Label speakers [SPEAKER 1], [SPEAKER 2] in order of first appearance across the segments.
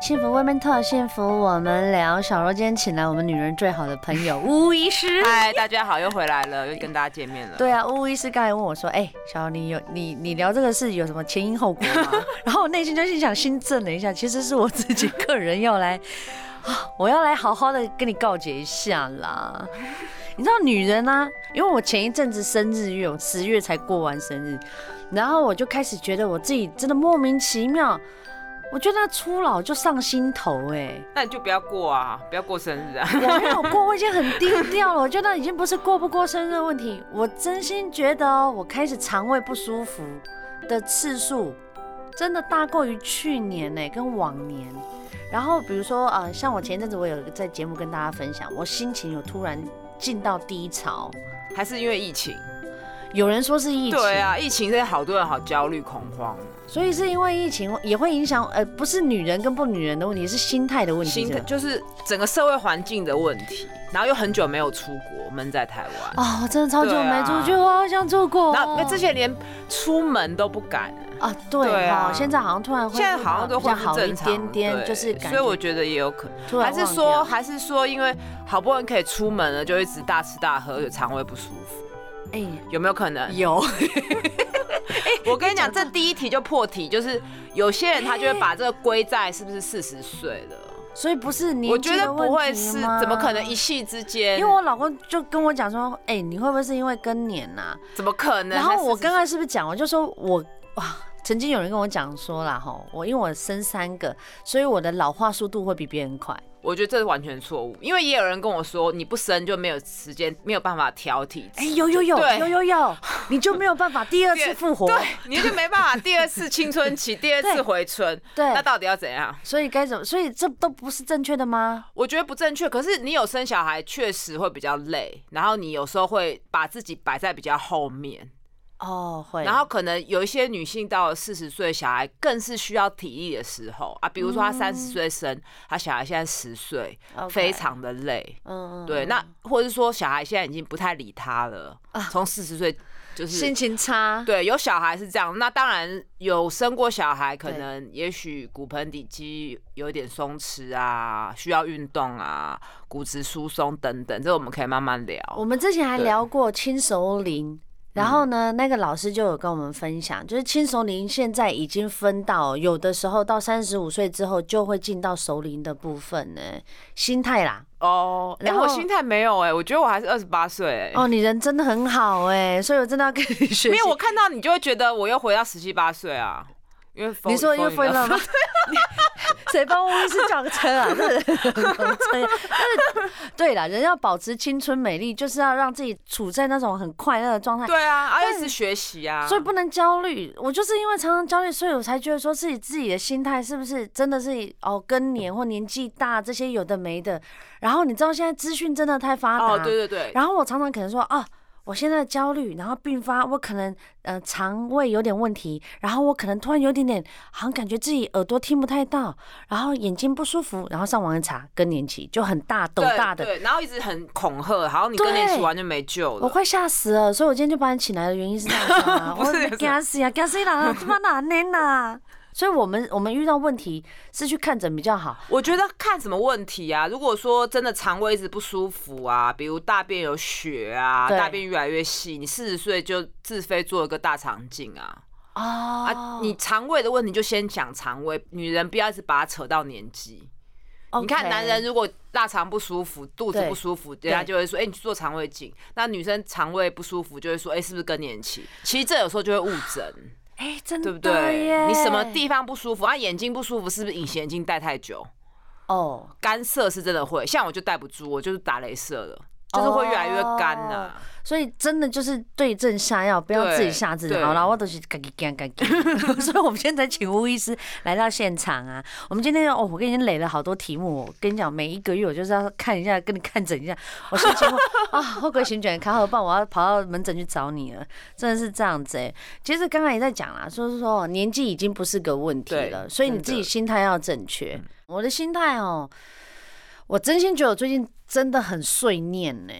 [SPEAKER 1] 幸福 Women Talk，幸福我们聊。小柔今天请来我们女人最好的朋 友巫医师。
[SPEAKER 2] 嗨，大家好，又回来了，又跟大家见面了。
[SPEAKER 1] 对啊，巫医师刚才问我说：“哎、小柔，你有你你聊这个事有什么前因后果吗？”然后我内心就心想，心震了一下， 其实是我自己个人要来 啊，我要来好好的跟你告解一下啦。你知道女人啊，因为我前一阵子生日月，我十月才过完生日，然后我就开始觉得我自己真的莫名其妙，我觉得那初老就上心头哎、
[SPEAKER 2] 那你就不要过啊，不要过生日 啊。
[SPEAKER 1] 我没有过，我已经很低调了。我觉得已经不是过不过生日的问题，我真心觉得哦，我开始肠胃不舒服的次数真的大过于去年呢、跟往年。然后比如说呃，像我前一阵子我有在节目跟大家分享，我心情有突然进到低潮，
[SPEAKER 2] 还是因为疫情？
[SPEAKER 1] 有人说是疫情，
[SPEAKER 2] 对啊，疫情现在好多人好焦虑恐慌，
[SPEAKER 1] 所以是因为疫情也会影响，呃，不是女人跟不女人的问题，是心态的问题
[SPEAKER 2] 心
[SPEAKER 1] 是
[SPEAKER 2] 态
[SPEAKER 1] 吧。
[SPEAKER 2] 就是整个社会环境的问题，然后又很久没有出国，闷在台湾。
[SPEAKER 1] 哦，我真的超久
[SPEAKER 2] 对啊
[SPEAKER 1] 没出去，我好想出国哦。
[SPEAKER 2] 然后那之前连出门都不敢，
[SPEAKER 1] 啊，对
[SPEAKER 2] 对啊
[SPEAKER 1] 哈现在好像突然恢
[SPEAKER 2] 现
[SPEAKER 1] 复
[SPEAKER 2] 在好像都
[SPEAKER 1] 比
[SPEAKER 2] 恢
[SPEAKER 1] 较
[SPEAKER 2] 复
[SPEAKER 1] 好一
[SPEAKER 2] 正常，
[SPEAKER 1] 点点，
[SPEAKER 2] 对
[SPEAKER 1] 就是感
[SPEAKER 2] 所以我
[SPEAKER 1] 觉
[SPEAKER 2] 觉得也有可能。
[SPEAKER 1] 突然
[SPEAKER 2] 还是
[SPEAKER 1] 忘
[SPEAKER 2] 说，
[SPEAKER 1] 掉，
[SPEAKER 2] 还是说，因为好不容易可以出门了，就一直大吃大喝，有肠胃不舒服，
[SPEAKER 1] 哎，
[SPEAKER 2] 有没有可能？
[SPEAKER 1] 有
[SPEAKER 2] 我跟你讲，这第一题就破题，就是有些人他就会把这个归在是不是四十岁了。
[SPEAKER 1] 所以不是年
[SPEAKER 2] 我
[SPEAKER 1] 纪
[SPEAKER 2] 觉得
[SPEAKER 1] 的
[SPEAKER 2] 不
[SPEAKER 1] 问
[SPEAKER 2] 会
[SPEAKER 1] 题
[SPEAKER 2] 是，
[SPEAKER 1] 吗
[SPEAKER 2] 怎么可能一？夕之间？
[SPEAKER 1] 因为我老公就跟我讲说，哎，你会不会是因为更年呐、
[SPEAKER 2] 怎么可能？
[SPEAKER 1] 然后我
[SPEAKER 2] 才40
[SPEAKER 1] 刚刚是不是讲，我就说我哇，曾经有人跟我讲说啦，吼，我因为我生三个，所以我的老化速度会比别人快。
[SPEAKER 2] 我觉得这是完全错误，因为也有人跟我说，你不生就没有时间，没有办法调体质。
[SPEAKER 1] 哎、有有有
[SPEAKER 2] 对
[SPEAKER 1] 有有有，你就没有办法第二次复活。
[SPEAKER 2] 对，你就没办法第二次青春期，第二次回春，
[SPEAKER 1] 对
[SPEAKER 2] 那到底要怎样？
[SPEAKER 1] 所以该怎么？所以这都不是正确的吗？
[SPEAKER 2] 我觉得不正确。可是你有生小孩，确实会比较累，然后你有时候会把自己摆在比较后面。
[SPEAKER 1] 哦，会。
[SPEAKER 2] 然后可能有一些女性到了四十岁，小孩更是需要体力的时候啊，比如说她三十岁生，她小孩现在十岁，
[SPEAKER 1] 嗯 OK
[SPEAKER 2] 非常的累。
[SPEAKER 1] 嗯，嗯啊
[SPEAKER 2] 对，那或者是说小孩现在已经不太理她了，从四十岁就
[SPEAKER 1] 心
[SPEAKER 2] 是。
[SPEAKER 1] 情差，
[SPEAKER 2] 对，有小孩是这样，那当然有生过小孩，可
[SPEAKER 1] 对
[SPEAKER 2] 能也许骨盆底肌有点松弛啊，需要运动啊，骨质疏松等等，这我们可以慢慢聊。
[SPEAKER 1] 我们之前还
[SPEAKER 2] 对
[SPEAKER 1] 聊过轻熟龄，然后呢，那个老师就有跟我们分享，就是轻熟龄现在已经分到，有的时候到三十五岁之后就会进到熟龄的部分呢，心态啦。
[SPEAKER 2] 哦，哎、
[SPEAKER 1] 然后
[SPEAKER 2] 我心态没有哎、我觉得我还是二十八岁哎。
[SPEAKER 1] 哦，你人真的很好哎、所以我真的要跟你学习。
[SPEAKER 2] 没有，我看到你就会觉得我又回到十七八岁啊，因为
[SPEAKER 1] 你说因为
[SPEAKER 2] Fo-
[SPEAKER 1] 分 了吗？谁帮我医师叫个车啊？真的很公车但是 对啦，人要保持青春美丽，就是要让自己处在那种很快乐的状态。
[SPEAKER 2] 对啊，啊
[SPEAKER 1] 但
[SPEAKER 2] 一直学习啊，
[SPEAKER 1] 所以不能焦虑。我就是因为常常焦虑，所以我才觉得说自己自己的心态是不是真的是哦更年或年纪大这些有的没的。然后你知道现在资讯真的太发达，
[SPEAKER 2] 哦，对对对，
[SPEAKER 1] 然后我常常可能说啊。我现在焦虑，然后并发我可能呃肠胃有点问题，然后我可能突然有点点，好像感觉自己耳朵听不太到，然后眼睛不舒服，然后上网一查更年期就很大斗
[SPEAKER 2] 对
[SPEAKER 1] 大的，
[SPEAKER 2] 对，然后一直很恐吓，好像你更年期完全没救
[SPEAKER 1] 我
[SPEAKER 2] 了。
[SPEAKER 1] 快吓死了，所以我今天就把你请来的原因是这样子啊，
[SPEAKER 2] 不
[SPEAKER 1] 我
[SPEAKER 2] 是
[SPEAKER 1] 惊死啊，惊死人啊，他妈哪能啊？所以我们我们遇到问题是去看诊比较好，
[SPEAKER 2] 我觉得看什么问题啊？如果说真的肠胃一直不舒服啊，比如大便有血啊，
[SPEAKER 1] 对
[SPEAKER 2] 大便越来越细，你四十岁就自费做一个大肠镜啊、
[SPEAKER 1] 哦
[SPEAKER 2] 啊！你肠胃的问题就先讲肠胃，女人不要一直把它扯到年纪。
[SPEAKER 1] 哦
[SPEAKER 2] 你看男人如果大肠不舒服、肚子
[SPEAKER 1] 对
[SPEAKER 2] 不舒服，人家就会说：“哎、你去做肠胃镜。”那女生肠胃不舒服就会说：“哎、是不是更年期？”其实这有时候就会误诊，
[SPEAKER 1] 哎、真的
[SPEAKER 2] 对不对？你什么
[SPEAKER 1] 耶
[SPEAKER 2] 地方不舒服？啊，眼睛不舒服是不是隐形眼镜戴太久？
[SPEAKER 1] 哦
[SPEAKER 2] 干涩是真的会，像我就戴不住，我就是打镭射了。就是会越来越干呐、
[SPEAKER 1] 哦所以真的就是对症下药，不要自己吓自己。
[SPEAKER 2] 对
[SPEAKER 1] 好了，我都是嘎叽嘎嘎叽。 所以我们现在请吴医师来到现场啊。我们今天哦，我跟你累了好多题目。我跟你讲，每一个月我就是要看一下，跟你看诊一下。我心情会啊，后归行卷卡好棒，我要跑到门诊去找你了。真的是这样子哎、其实刚才也在讲啦，说是说年纪已经不是个问题
[SPEAKER 2] 对
[SPEAKER 1] 了，所以你
[SPEAKER 2] 嗯真的
[SPEAKER 1] 自己
[SPEAKER 2] 嗯
[SPEAKER 1] 心态要正确。我的心态哦，我真心觉得我最近真的很碎念呢、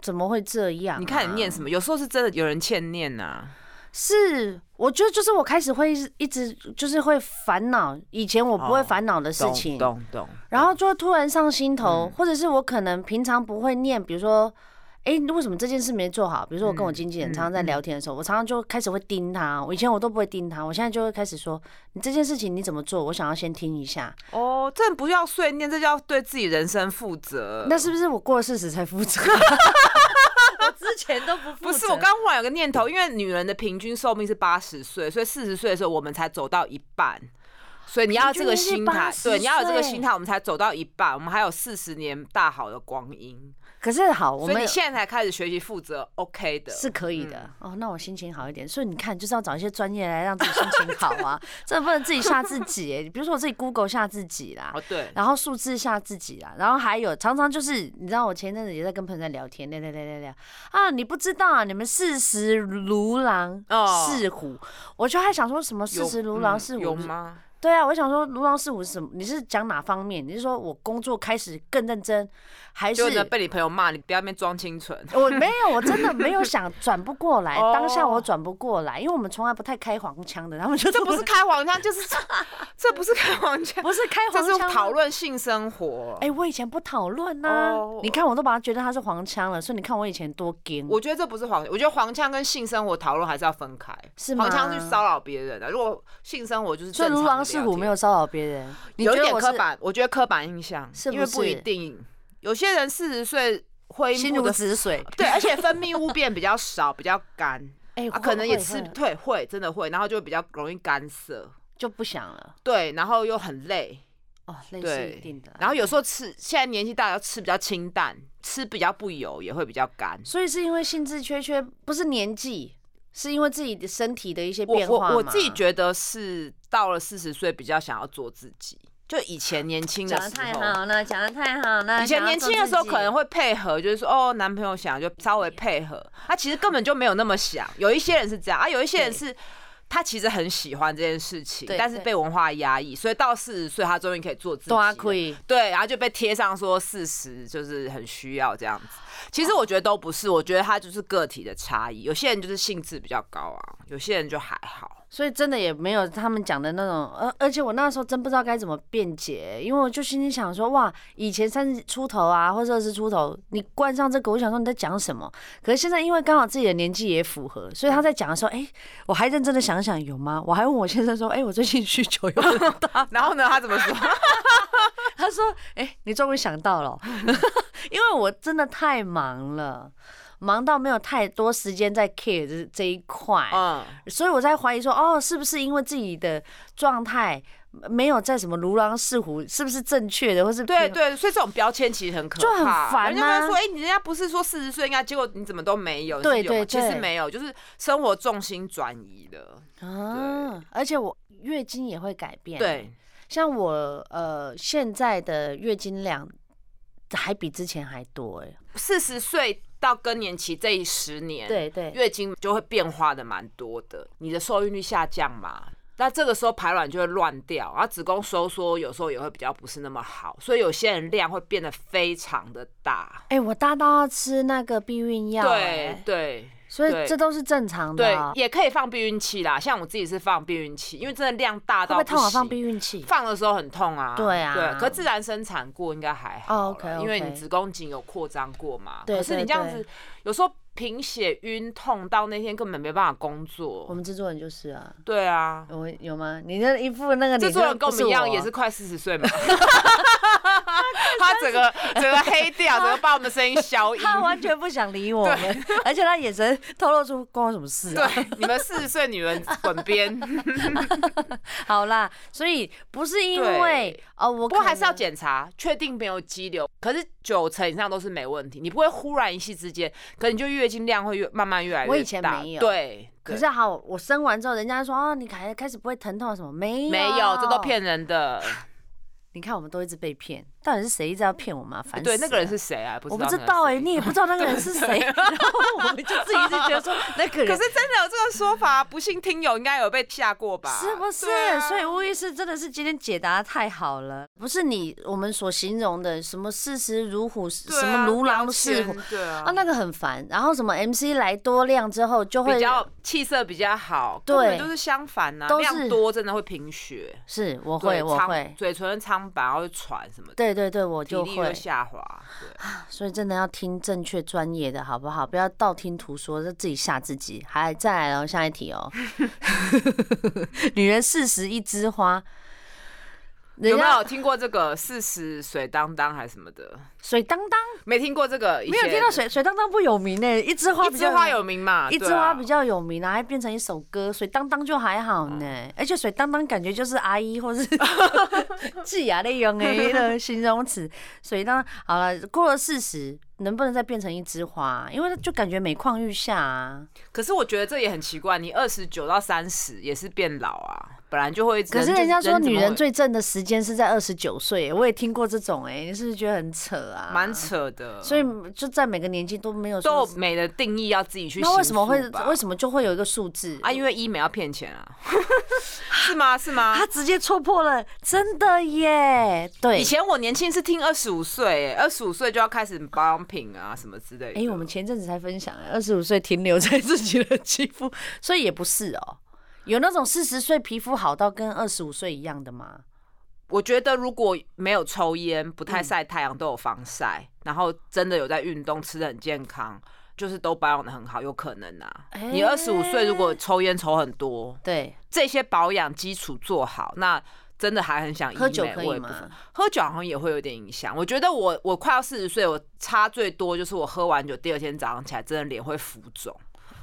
[SPEAKER 1] 怎么会这样啊、
[SPEAKER 2] 你看你念什么？有时候是真的有人欠念呐、
[SPEAKER 1] 是，我觉得就是我开始会一直就是会烦恼，以前我不会
[SPEAKER 2] 哦
[SPEAKER 1] 烦恼的事
[SPEAKER 2] 懂
[SPEAKER 1] 情，
[SPEAKER 2] 懂嗯懂。
[SPEAKER 1] 然后就会突然上心头，或者是我可能平常不会念，比如说。哎、为什么这件事没做好？比如说我跟我经纪人
[SPEAKER 2] 嗯
[SPEAKER 1] 常常在聊天的时候，我常常就开始会盯他。我以前我都不会盯他，我现在就会开始说：“你这件事情你怎么做？我想要先听一下。
[SPEAKER 2] 哦，这不叫碎念，这叫对自己人生负责。
[SPEAKER 1] 那是不是我过了四十才负责？ 我之前都不负责。
[SPEAKER 2] 不是，我刚忽然有个念头，因为女人的平均寿命是八十岁，所以四十岁的时候我们才走到一半，所以你要有这个心态
[SPEAKER 1] 平均，是80
[SPEAKER 2] 对，你要有这个心
[SPEAKER 1] 岁
[SPEAKER 2] 态，我们才走到一半，我们还有四十年大好的光阴，
[SPEAKER 1] 可是好，我
[SPEAKER 2] 所以
[SPEAKER 1] 们
[SPEAKER 2] 你现在嗯才开始学习负责，OK 的，
[SPEAKER 1] 是可以的、哦。那我心情好一点，所以你看，就是要找一些专业来让自己心情好 啊，这不能自己吓自己耶、比如说我自己 Google 吓自己啦，
[SPEAKER 2] 哦，对，
[SPEAKER 1] 然后数字吓自己啦，然后还有常常就是你知道，我前阵子也在跟朋友在聊天，聊聊聊聊聊啊，你不知道啊，你们四十如狼
[SPEAKER 2] 哦
[SPEAKER 1] 似虎，我就还想说什么四
[SPEAKER 2] 有
[SPEAKER 1] 十如狼
[SPEAKER 2] 嗯
[SPEAKER 1] 似虎
[SPEAKER 2] 有
[SPEAKER 1] 是
[SPEAKER 2] 吗？
[SPEAKER 1] 对啊，我想说如狼似虎是什么？你是讲哪方面？你是说我工作开始更认真，还是
[SPEAKER 2] 就呢被你朋友骂，你不要在那边装清 纯。
[SPEAKER 1] 我没有，我真的没有想转不过来，
[SPEAKER 2] 哦
[SPEAKER 1] 当下我转不过来，因为我们从来不太开黄腔的，他们就
[SPEAKER 2] 这不是开黄腔，就是这这不是开黄腔，
[SPEAKER 1] 不是开
[SPEAKER 2] 这
[SPEAKER 1] 黄
[SPEAKER 2] 是
[SPEAKER 1] 腔吗
[SPEAKER 2] 讨。论性生活。
[SPEAKER 1] 哎、我以前不讨论呐，
[SPEAKER 2] 哦
[SPEAKER 1] 你看我都把它觉得它是黄腔了，所以你看我以前多 gay。
[SPEAKER 2] 我觉得这不是黄，我觉得黄腔跟性生活讨论还是要分开。
[SPEAKER 1] 是吗
[SPEAKER 2] 黄腔去骚扰别人的、如果性生活就是
[SPEAKER 1] 所以
[SPEAKER 2] 正常
[SPEAKER 1] 如
[SPEAKER 2] 的
[SPEAKER 1] 狼似虎没有
[SPEAKER 2] 聊
[SPEAKER 1] 骚扰别人，你觉
[SPEAKER 2] 天，有一
[SPEAKER 1] 得
[SPEAKER 2] 点
[SPEAKER 1] 我
[SPEAKER 2] 刻
[SPEAKER 1] 是
[SPEAKER 2] 板，我觉得刻板印象，
[SPEAKER 1] 是不
[SPEAKER 2] 因为不一
[SPEAKER 1] 是
[SPEAKER 2] 定，有些人四十岁婚
[SPEAKER 1] 心
[SPEAKER 2] 姻部
[SPEAKER 1] 如
[SPEAKER 2] 的
[SPEAKER 1] 止水？
[SPEAKER 2] 对，而且分泌物变比较少，比较 干，
[SPEAKER 1] 哎、
[SPEAKER 2] 啊，
[SPEAKER 1] 会
[SPEAKER 2] 可能也
[SPEAKER 1] 会
[SPEAKER 2] 吃
[SPEAKER 1] 会
[SPEAKER 2] 对会真的会，然后就比较容易干涩，
[SPEAKER 1] 就不想了
[SPEAKER 2] 对，然后又很累，
[SPEAKER 1] 哦，类似一
[SPEAKER 2] 对
[SPEAKER 1] 定的啦。，
[SPEAKER 2] 然后有时候吃，现在年纪大要吃比较清淡，吃比较不油也会比较干。
[SPEAKER 1] 所以是因为兴致缺缺，不是年纪，是因为自己的身体的一些
[SPEAKER 2] 我
[SPEAKER 1] 变
[SPEAKER 2] 我
[SPEAKER 1] 化
[SPEAKER 2] 我自己
[SPEAKER 1] 嘛
[SPEAKER 2] 觉得是到了四十岁比较想要做自己，就以前年轻的
[SPEAKER 1] 讲的
[SPEAKER 2] 时
[SPEAKER 1] 太
[SPEAKER 2] 候。
[SPEAKER 1] 好了，讲的太好了。
[SPEAKER 2] 以前
[SPEAKER 1] 想要
[SPEAKER 2] 年
[SPEAKER 1] 做
[SPEAKER 2] 轻的
[SPEAKER 1] 自
[SPEAKER 2] 时候
[SPEAKER 1] 己
[SPEAKER 2] 可能会配合，就是说哦，男朋友想就稍微配合，他其实根本就没有那么想。有一些人是这样啊，有一些人
[SPEAKER 1] 对
[SPEAKER 2] 是他其实很喜欢这件事情
[SPEAKER 1] 对，
[SPEAKER 2] 但是
[SPEAKER 1] 对
[SPEAKER 2] 被文化压抑，所以到四十岁他终于可以做自己
[SPEAKER 1] 多
[SPEAKER 2] 了。
[SPEAKER 1] 亏。
[SPEAKER 2] 对，然后就被贴上说事实就是很需要这样子。其实我觉得都不是，我觉得它就是个体的差异。有些人就是兴致比较高昂，有些人就还 好。
[SPEAKER 1] 所以真的也没有他们讲的那种，呃而而且我那时候真不知道该怎么辩解，因为我就心里想说，哇，以前三十出头啊，或者二十出头，你冠上这个，我想说你在讲什么？可是现在因为刚好自己的年纪也符合，所以他在讲的时候，哎、我还认真的想想有吗？我还问我先生说，哎、我最近需求有很大，
[SPEAKER 2] 然后呢，他怎么 说？
[SPEAKER 1] 他说，哎、你终于想到了哦， 因为我真的太忙了，忙到没有太多时间在 care 这这一块，
[SPEAKER 2] 嗯，
[SPEAKER 1] 所以我在怀疑说，哦，是不是因为自己的状态没有在什么如狼似虎，是不是正确的，或是
[SPEAKER 2] 对，对，所以这种标签其实很可怕，
[SPEAKER 1] 啊就很烦啊
[SPEAKER 2] 人家会说，哎、你人家不是说四十岁应该，结果你怎么都没有？你是
[SPEAKER 1] 对
[SPEAKER 2] 有吗
[SPEAKER 1] 对
[SPEAKER 2] 其实
[SPEAKER 1] 对
[SPEAKER 2] 没有，就是生活重心转移了。
[SPEAKER 1] 啊，而且我月经也会改变，，
[SPEAKER 2] 对，
[SPEAKER 1] 像我呃现在的月经量还比之前还多哎、
[SPEAKER 2] 四十岁到更年期这一十年，
[SPEAKER 1] 对对，
[SPEAKER 2] 月经就会变化的蛮多的，你的受孕率下降嘛，那这个时候排卵就会乱掉，然后子宫收缩有时候也会比较不是那么好，所以有些人量会变得非常的大。
[SPEAKER 1] 哎、我大到要吃那个避孕药、
[SPEAKER 2] 对
[SPEAKER 1] 哎，
[SPEAKER 2] 对
[SPEAKER 1] 所以
[SPEAKER 2] 对
[SPEAKER 1] 这都是正常的
[SPEAKER 2] 对
[SPEAKER 1] 啊、，
[SPEAKER 2] 也可以放避孕器啦，像我自己是放避孕器，因为真的量大
[SPEAKER 1] 会不
[SPEAKER 2] 到
[SPEAKER 1] 会
[SPEAKER 2] 不
[SPEAKER 1] 太好放
[SPEAKER 2] 行
[SPEAKER 1] 避孕器？
[SPEAKER 2] 放的时候很痛啊，
[SPEAKER 1] 对啊
[SPEAKER 2] 对，可自然生产过应该还好啦、
[SPEAKER 1] 哦，OK，OK
[SPEAKER 2] 因为你子宫颈有扩张过嘛。
[SPEAKER 1] 对
[SPEAKER 2] 可是你这样
[SPEAKER 1] 对
[SPEAKER 2] 子，有时候贫血、晕痛到那天根本没办法工
[SPEAKER 1] 我
[SPEAKER 2] 作。
[SPEAKER 1] 们制作人就是啊，
[SPEAKER 2] 对啊，
[SPEAKER 1] 我有吗？你那一副那个你
[SPEAKER 2] 制作人跟我们一样，
[SPEAKER 1] 就不
[SPEAKER 2] 也
[SPEAKER 1] 我啊
[SPEAKER 2] 是快四十岁 嘛。他整个整个黑掉，整个把我们声音消音。
[SPEAKER 1] 他完全不想理我们，而且他眼神透露出关我什么事啊？
[SPEAKER 2] 对，你们四十岁女人滚边，
[SPEAKER 1] 好啦，所以不是因
[SPEAKER 2] 对
[SPEAKER 1] 为哦，我
[SPEAKER 2] 不
[SPEAKER 1] 不
[SPEAKER 2] 过还是要检查，确定没有肌瘤。可是九成以上都是没问题，你不会忽然一夕之间，可能就月经量会越慢慢越来越大。
[SPEAKER 1] 我以前没有
[SPEAKER 2] 对，
[SPEAKER 1] 可
[SPEAKER 2] 对
[SPEAKER 1] 是哎好，我生完之后，人家说哦，你开开始不会疼痛啊什么？没有，
[SPEAKER 2] 没有，这都。骗人的。
[SPEAKER 1] 你看，我们都一直被骗，到底是谁一直要骗我们啊？烦
[SPEAKER 2] 对，
[SPEAKER 1] 死
[SPEAKER 2] 那个人
[SPEAKER 1] 了
[SPEAKER 2] 是谁啊？不知
[SPEAKER 1] 我不
[SPEAKER 2] 道那
[SPEAKER 1] 知
[SPEAKER 2] 个人
[SPEAKER 1] 道哎、
[SPEAKER 2] 是谁
[SPEAKER 1] 你也不知道那个人是谁，然后我们就自己是觉得 说那个
[SPEAKER 2] 可
[SPEAKER 1] 人
[SPEAKER 2] 是。真的有这个说法，不信听友应该有被吓过吧？
[SPEAKER 1] 是不是？
[SPEAKER 2] 对啊
[SPEAKER 1] 所以吴医师真的是今天解答得太好了，不是你我们所形容的什么视死如虎，
[SPEAKER 2] 对啊
[SPEAKER 1] 什么如狼似虎
[SPEAKER 2] 标签对啊，
[SPEAKER 1] 啊，那个很烦。然后什么 MC 来多量之后就会
[SPEAKER 2] 比较气色比较好，
[SPEAKER 1] 对
[SPEAKER 2] 根本就是相反呐、
[SPEAKER 1] 都是
[SPEAKER 2] 量多真的会贫血，
[SPEAKER 1] 是我会
[SPEAKER 2] 对
[SPEAKER 1] 我
[SPEAKER 2] 苍
[SPEAKER 1] 会，
[SPEAKER 2] 嘴唇苍白，然后会喘什么的，
[SPEAKER 1] 对对对，我
[SPEAKER 2] 体
[SPEAKER 1] 就
[SPEAKER 2] 力
[SPEAKER 1] 会
[SPEAKER 2] 会。下滑。对，啊
[SPEAKER 1] 所以真的要听正确专业的好不好？不要道听途说，自己吓自己。还再来哦，下一题哦。 女人四十一枝花，人
[SPEAKER 2] 有没
[SPEAKER 1] 家
[SPEAKER 2] 有听过这个四十水当当还是什么的？
[SPEAKER 1] 水当当
[SPEAKER 2] 没听过这个，以
[SPEAKER 1] 没有
[SPEAKER 2] 前
[SPEAKER 1] 听到水水当当不有名呢、一枝花
[SPEAKER 2] 一
[SPEAKER 1] 比
[SPEAKER 2] 枝
[SPEAKER 1] 较
[SPEAKER 2] 花。有名嘛？
[SPEAKER 1] 一
[SPEAKER 2] 对
[SPEAKER 1] 枝花
[SPEAKER 2] 啊
[SPEAKER 1] 比较有名啊，还变成一首歌，水当当就还好呢、
[SPEAKER 2] 啊
[SPEAKER 1] 而且水当当感觉就是阿姨或 是智雅那种诶的形容词。水当当好了，过了四十，能不能再变成一枝花啊、因为就感觉每况愈下啊。
[SPEAKER 2] 可是我觉得这也很奇怪，你二十九到三十也是变老啊，本来就会。
[SPEAKER 1] 可是
[SPEAKER 2] 就
[SPEAKER 1] 人家说
[SPEAKER 2] 怎么
[SPEAKER 1] 女
[SPEAKER 2] 会
[SPEAKER 1] 人最正的时间是在二十九岁，我也听过这种哎、你是不是觉得很扯啊？
[SPEAKER 2] 蛮，扯的，
[SPEAKER 1] 所以就在每个年纪都没有
[SPEAKER 2] 都
[SPEAKER 1] 说
[SPEAKER 2] 有。美的定义要自己去。
[SPEAKER 1] 那为什么会为
[SPEAKER 2] 么
[SPEAKER 1] 什么就会有一个数字
[SPEAKER 2] 啊？因为医美要骗钱 啊？是吗？是吗？
[SPEAKER 1] 他直接戳破了，真的耶！对
[SPEAKER 2] 以，前我年轻是听二十五岁，二十五岁就要开始保养品啊什么之类的。
[SPEAKER 1] 哎，我们前阵子才分享，二十五岁停留 在自己的肌肤，所以也不是哦。有那种四十岁皮肤好到跟二十五岁一样的吗？
[SPEAKER 2] 我觉得如果没有抽烟、不
[SPEAKER 1] 嗯
[SPEAKER 2] 太晒太阳、都有防晒，然后真的有在运动、吃的很健康，就是都保养的很好，有可能啊。
[SPEAKER 1] 哎
[SPEAKER 2] 你二十五岁如果抽烟抽很多，
[SPEAKER 1] 对，
[SPEAKER 2] 这些保养基础做好，那真的还很想医美
[SPEAKER 1] 喝酒可
[SPEAKER 2] 我
[SPEAKER 1] 以
[SPEAKER 2] 也不分
[SPEAKER 1] 吗？
[SPEAKER 2] 喝酒好像也会有点影响。我觉得我我快要四十岁，我差最多就是我喝完酒第二天早上起来，真的脸会浮肿，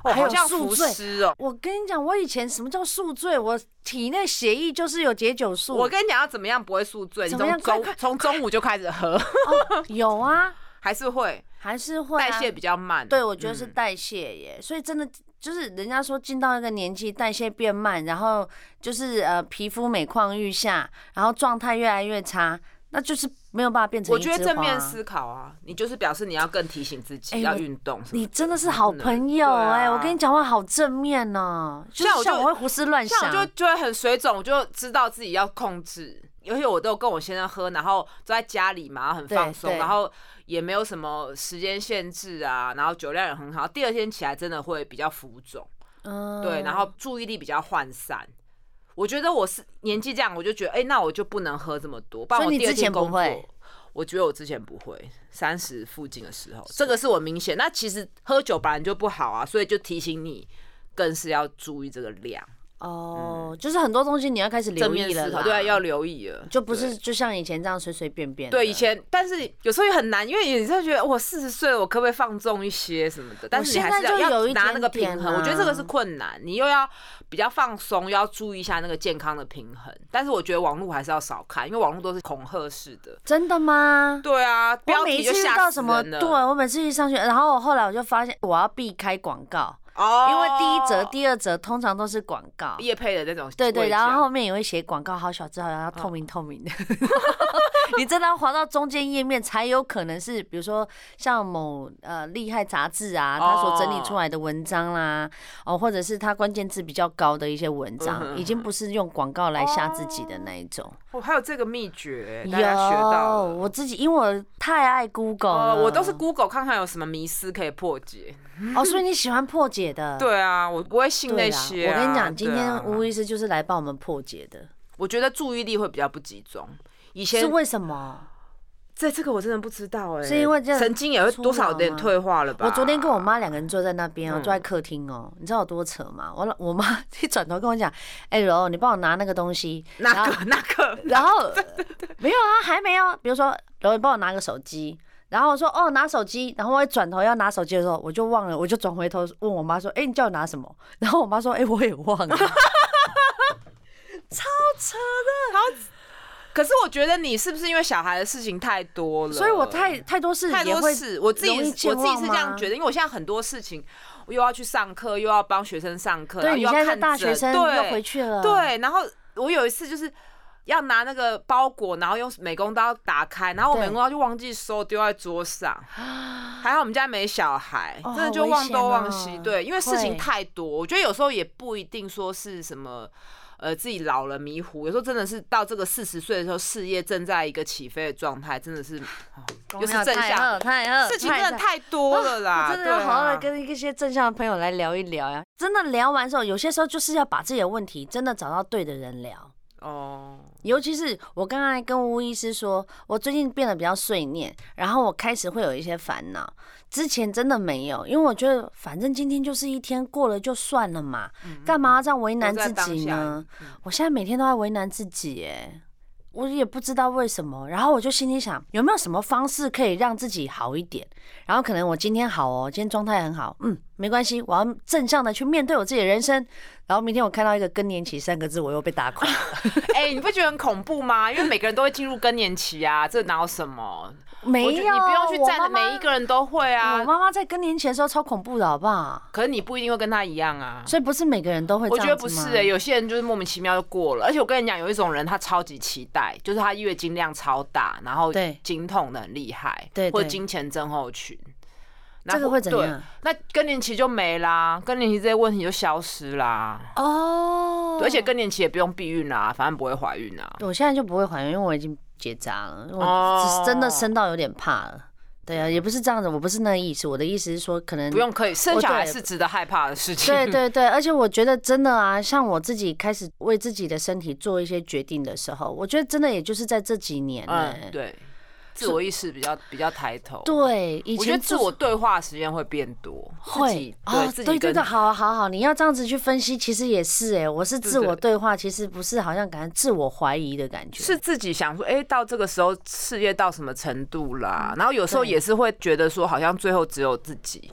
[SPEAKER 2] 哦，
[SPEAKER 1] 还有
[SPEAKER 2] 好像
[SPEAKER 1] 宿
[SPEAKER 2] 浮
[SPEAKER 1] 醉
[SPEAKER 2] 尸哦。
[SPEAKER 1] 我跟你讲，我以前什么叫宿醉？我体内血液就是有解酒素。
[SPEAKER 2] 我跟你讲要怎么样不会宿醉，你
[SPEAKER 1] 哦怎么样
[SPEAKER 2] 从
[SPEAKER 1] 快
[SPEAKER 2] 中
[SPEAKER 1] 快
[SPEAKER 2] 从中午就开始喝，
[SPEAKER 1] 哦有啊，
[SPEAKER 2] 还是会
[SPEAKER 1] 还是会、啊、
[SPEAKER 2] 代谢比较慢。
[SPEAKER 1] 对，我觉得是
[SPEAKER 2] 嗯
[SPEAKER 1] 代谢耶。所以真的就是人家说进到一个年纪，代谢变慢，然后就是呃皮肤每况愈下，然后状态越来越差，那就是没有办法变成
[SPEAKER 2] 我
[SPEAKER 1] 一枝
[SPEAKER 2] 觉
[SPEAKER 1] 花。
[SPEAKER 2] 得正面思考啊，你就是表示你要更提醒自
[SPEAKER 1] 哎
[SPEAKER 2] 己要
[SPEAKER 1] 我
[SPEAKER 2] 运动什么。
[SPEAKER 1] 你真的是好朋友哎、我跟你
[SPEAKER 2] 你。
[SPEAKER 1] 讲话好正面哦、就是
[SPEAKER 2] 啊像我就
[SPEAKER 1] 像我会胡思乱
[SPEAKER 2] 像
[SPEAKER 1] 想，
[SPEAKER 2] 我就就会很水肿，我就知道自己要控制。尤其我都跟我先生喝，然后都在家里嘛，很放
[SPEAKER 1] 对
[SPEAKER 2] 松，
[SPEAKER 1] 对
[SPEAKER 2] 然后也没有什么时间限制啊，然后酒量也很好。第二天起来真的会比较浮肿，
[SPEAKER 1] 嗯
[SPEAKER 2] 对，然后注意力比较涣散。我觉得我是年纪这样，我就觉得，哎、那我就不能喝这么多。不然
[SPEAKER 1] 所
[SPEAKER 2] 我
[SPEAKER 1] 以你
[SPEAKER 2] 第二
[SPEAKER 1] 之前
[SPEAKER 2] 天
[SPEAKER 1] 不
[SPEAKER 2] 工作
[SPEAKER 1] 会，
[SPEAKER 2] 我觉得我之前不会，三十附近的时候，这个是我明显。那其实喝酒本来就不好啊，所以就提醒你，更是要注意这个量。
[SPEAKER 1] 哦、就是很多东西你要开始
[SPEAKER 2] 嗯
[SPEAKER 1] 留
[SPEAKER 2] 正面
[SPEAKER 1] 意了
[SPEAKER 2] 思考，
[SPEAKER 1] 啦，
[SPEAKER 2] 对啊，要留意了，
[SPEAKER 1] 就不
[SPEAKER 2] 对
[SPEAKER 1] 是就像以前这样随随便便的。
[SPEAKER 2] 对以前，但是有时候也很难，因为你真的觉得我四十岁了，我可不可以放纵一些什么的？但是你
[SPEAKER 1] 现
[SPEAKER 2] 还
[SPEAKER 1] 在
[SPEAKER 2] 是要
[SPEAKER 1] 就有
[SPEAKER 2] 要
[SPEAKER 1] 一
[SPEAKER 2] 拿那
[SPEAKER 1] 点
[SPEAKER 2] 个平
[SPEAKER 1] 点啊
[SPEAKER 2] 衡，我觉得这个是
[SPEAKER 1] 啦
[SPEAKER 2] 困难，你又要比较放松，又要注意一下那个健康的平衡。但是我觉得网络还是要少看，因为网络都是恐吓式的。
[SPEAKER 1] 真的吗？
[SPEAKER 2] 对啊，标
[SPEAKER 1] 我每
[SPEAKER 2] 题
[SPEAKER 1] 一
[SPEAKER 2] 就
[SPEAKER 1] 次遇
[SPEAKER 2] 吓
[SPEAKER 1] 到
[SPEAKER 2] 死
[SPEAKER 1] 什么，
[SPEAKER 2] 人了
[SPEAKER 1] 对我每次一上去，然后我后来我就发现我要避开广告，
[SPEAKER 2] 哦，
[SPEAKER 1] 因为第一则、第二则通常都是广告。
[SPEAKER 2] 叶配的那种味
[SPEAKER 1] 对
[SPEAKER 2] 酱，
[SPEAKER 1] 对，然后后面也会写广告，好小字，好像要透
[SPEAKER 2] 嗯
[SPEAKER 1] 明透明的。 你真的要滑到中间页面，才有可能是，比如说像某呃厉害杂志啊，它所整理
[SPEAKER 2] 哦
[SPEAKER 1] 出来的文章啦，哦，或者是它关键字比较高的一些文
[SPEAKER 2] 嗯哼
[SPEAKER 1] 章，已经不是用广告来吓自己的那一种。
[SPEAKER 2] 哦还有这个秘诀，
[SPEAKER 1] 有嗯
[SPEAKER 2] 大家学到了。
[SPEAKER 1] 我自己，因为我太爱 Google
[SPEAKER 2] 呃，
[SPEAKER 1] 了，
[SPEAKER 2] 我都是 Google 看看有什么迷思可以破解。
[SPEAKER 1] 哦，所以你喜欢破解的？
[SPEAKER 2] 对啊，我不会信
[SPEAKER 1] 对
[SPEAKER 2] 那
[SPEAKER 1] 啦
[SPEAKER 2] 些、
[SPEAKER 1] 我跟你讲，今
[SPEAKER 2] 对啊
[SPEAKER 1] 天吴医师就是来帮我们破解的，
[SPEAKER 2] 我觉得注意力会比较不集中。以
[SPEAKER 1] 是
[SPEAKER 2] 前
[SPEAKER 1] 为什么？
[SPEAKER 2] 这这个我真的不知道哎、
[SPEAKER 1] 是因为这样
[SPEAKER 2] 神经也会多少有点退化了吧？
[SPEAKER 1] 我昨天跟我妈两个人坐在那边哦，
[SPEAKER 2] 嗯
[SPEAKER 1] 坐在客厅哦，你知道有多扯吗？我老我妈 一转头跟我讲：“哎、柔，你帮我拿那个东西。”
[SPEAKER 2] 那
[SPEAKER 1] 然后
[SPEAKER 2] 个那个，
[SPEAKER 1] 然 后没有啊，还没有。比如说，然后你帮我拿个手机，然后我说哦拿手机，然后我一转头要拿手机的时候，我就忘了，我就转回头问我妈说，哎、你叫我拿什么？然后我妈说，哎、我也忘了。
[SPEAKER 2] 可是我觉得你是不是因为小孩的事情太多了？
[SPEAKER 1] 所以我太太多事
[SPEAKER 2] 太
[SPEAKER 1] 也
[SPEAKER 2] 多
[SPEAKER 1] 会
[SPEAKER 2] 事，我自己
[SPEAKER 1] 容易
[SPEAKER 2] 是我
[SPEAKER 1] 健
[SPEAKER 2] 自己是这样
[SPEAKER 1] 忘吗
[SPEAKER 2] 觉得，因为我现在很多事情，我又要去上课，又要帮学生上课，然
[SPEAKER 1] 对
[SPEAKER 2] 后
[SPEAKER 1] 你
[SPEAKER 2] 又
[SPEAKER 1] 现在
[SPEAKER 2] 要
[SPEAKER 1] 是
[SPEAKER 2] 看
[SPEAKER 1] 大学
[SPEAKER 2] 诊
[SPEAKER 1] 生
[SPEAKER 2] 对
[SPEAKER 1] 又回去了，，
[SPEAKER 2] 对，然后我有一次就是要拿那个包裹，然后用美工刀打开，然后我
[SPEAKER 1] 对
[SPEAKER 2] 美工刀就忘记收，丢在 桌上。还好我们家没小孩，
[SPEAKER 1] 哦
[SPEAKER 2] 真的
[SPEAKER 1] 好
[SPEAKER 2] 就
[SPEAKER 1] 危
[SPEAKER 2] 忘
[SPEAKER 1] 险
[SPEAKER 2] 东忘
[SPEAKER 1] 哦
[SPEAKER 2] 西。对，因为事
[SPEAKER 1] 会
[SPEAKER 2] 情太多，我觉得有时候也不一定说是什么。呃，自己老了迷糊，有时候真的是到这个四十岁的时候，事业正在一个起飞的状态，真的是
[SPEAKER 1] 恭
[SPEAKER 2] 又
[SPEAKER 1] 喜
[SPEAKER 2] 是正
[SPEAKER 1] 太
[SPEAKER 2] 向
[SPEAKER 1] 好太好，
[SPEAKER 2] 事情真的
[SPEAKER 1] 好
[SPEAKER 2] 太多了啦。
[SPEAKER 1] 我真的
[SPEAKER 2] 对
[SPEAKER 1] 要好好
[SPEAKER 2] 啊
[SPEAKER 1] 的跟一些正向的朋友来聊一聊呀、真的聊完之后，有些时候就是要把自己的问题真的找到对的人聊。
[SPEAKER 2] 哦，
[SPEAKER 1] 尤其是我刚才跟吴医师说，我最近变得比较碎念，然后我开始会有一些烦恼。之前真的没有，因为我觉得反正今天就是一天过了就算了嘛，
[SPEAKER 2] 嗯
[SPEAKER 1] 干嘛要这样为
[SPEAKER 2] 活
[SPEAKER 1] 难
[SPEAKER 2] 在
[SPEAKER 1] 自
[SPEAKER 2] 当
[SPEAKER 1] 己
[SPEAKER 2] 下
[SPEAKER 1] 呢？？
[SPEAKER 2] 嗯
[SPEAKER 1] 我现在每天都在为难自己，哎，我也不知道为什么。然后我就心里想，有没有什么方式可以让自己好一点？然后可能我今天好哦，今天状态很好，嗯，没关系，我要正向的去面对我自己的人生。然后明天我看到一个更年期三个字，我又被打垮。
[SPEAKER 2] 哎、你不觉得很恐怖吗？因为每个人都会进入更年期啊，这哪有什么？
[SPEAKER 1] 没有，
[SPEAKER 2] 我觉得你不用去站的，每一个人都会
[SPEAKER 1] 我
[SPEAKER 2] 啊。
[SPEAKER 1] 妈妈在更年期的时候超恐怖的，好不好？
[SPEAKER 2] 可是你不一定会跟他一样啊。
[SPEAKER 1] 所以不是每个人都会这
[SPEAKER 2] 我
[SPEAKER 1] 样
[SPEAKER 2] 觉
[SPEAKER 1] 子吗。
[SPEAKER 2] 得不是哎、有些人就是莫名其妙就过了。而且我跟你讲，有一种人他超级期待，就是他月经量超大，然后
[SPEAKER 1] 对
[SPEAKER 2] 经痛的很厉害，
[SPEAKER 1] 对
[SPEAKER 2] 或
[SPEAKER 1] 对
[SPEAKER 2] 者经前症候群。然
[SPEAKER 1] 这
[SPEAKER 2] 后
[SPEAKER 1] 个会怎
[SPEAKER 2] 对
[SPEAKER 1] 样？
[SPEAKER 2] 那更年期就没啦，更年期这些问题就消失啦。
[SPEAKER 1] 哦
[SPEAKER 2] 对而且更年期也不用避孕啦，反正不会怀孕啊。
[SPEAKER 1] 我现在就不会怀孕，因为我已经结扎了，我
[SPEAKER 2] 哦
[SPEAKER 1] 只是真的生到有点怕了。对啊，也不是这样子，我不是那个意思，我的意思是说，可能
[SPEAKER 2] 不。用可以生
[SPEAKER 1] 我
[SPEAKER 2] 小孩
[SPEAKER 1] 哦对
[SPEAKER 2] 是值得害怕的事情。
[SPEAKER 1] 对对对，而且我觉得真的啊，像我自己开始为自己的身体做一些决定的时候，我觉得真的也就是在这几年、欸
[SPEAKER 2] 嗯，对，自我意识比较比较抬头。，
[SPEAKER 1] 对，以
[SPEAKER 2] 我觉得
[SPEAKER 1] 前
[SPEAKER 2] 自
[SPEAKER 1] 做
[SPEAKER 2] 我对话时间会变多，自己
[SPEAKER 1] 会
[SPEAKER 2] 对
[SPEAKER 1] 哦，
[SPEAKER 2] 自
[SPEAKER 1] 对对
[SPEAKER 2] 己跟
[SPEAKER 1] 对，好好好，你要这样子去分析，其实也是哎、我是自
[SPEAKER 2] 对
[SPEAKER 1] 我对话，其实不是好像感觉自我怀疑的感觉，
[SPEAKER 2] 是自己想说，哎，到这个时候事业到什么程度啦？然后有时候
[SPEAKER 1] 嗯对
[SPEAKER 2] 也是会觉得说，好像最后只有自己。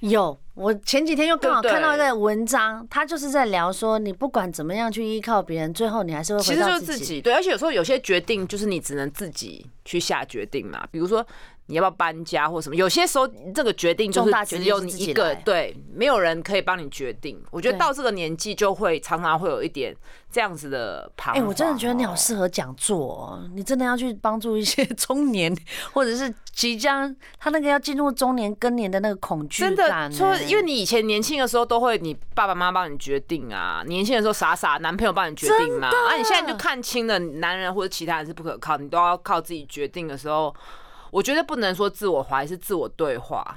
[SPEAKER 1] 有，我前几天又刚好
[SPEAKER 2] 对不对
[SPEAKER 1] 看到一个文章，他就是在聊说，你不管怎么样去依靠别人，最后你还是会
[SPEAKER 2] 其
[SPEAKER 1] 回
[SPEAKER 2] 实就
[SPEAKER 1] 到
[SPEAKER 2] 是
[SPEAKER 1] 自
[SPEAKER 2] 自
[SPEAKER 1] 己。
[SPEAKER 2] 己对，而且有时候有些决定就是你只能自己去下决定嘛，比如说你要不要搬家或什么，有些时候这个决定就
[SPEAKER 1] 重大
[SPEAKER 2] 是
[SPEAKER 1] 决
[SPEAKER 2] 只
[SPEAKER 1] 定
[SPEAKER 2] 有
[SPEAKER 1] 是
[SPEAKER 2] 你
[SPEAKER 1] 自己
[SPEAKER 2] 一个
[SPEAKER 1] 来，
[SPEAKER 2] 对，没有人可以帮你决定。我觉得
[SPEAKER 1] 对
[SPEAKER 2] 到这个年纪就会常常会有一点这样子的彷
[SPEAKER 1] 哎、
[SPEAKER 2] 徨哦。
[SPEAKER 1] 我真的觉得你好适合讲座、哦，你真的要去帮助一些 中年或者是即将他那个要进入中年更年的那个恐惧
[SPEAKER 2] 真
[SPEAKER 1] 感欸
[SPEAKER 2] 的
[SPEAKER 1] 呢、
[SPEAKER 2] 说，因为你以前年轻的时候都会，你爸爸妈妈帮你决定啊，年轻的时候傻傻，男朋友帮你决定嘛，啊，你现在就看清了，男人或者其他人是不可靠，你都要靠自己决定的时候，我觉得不能说自我怀疑，是自我对话。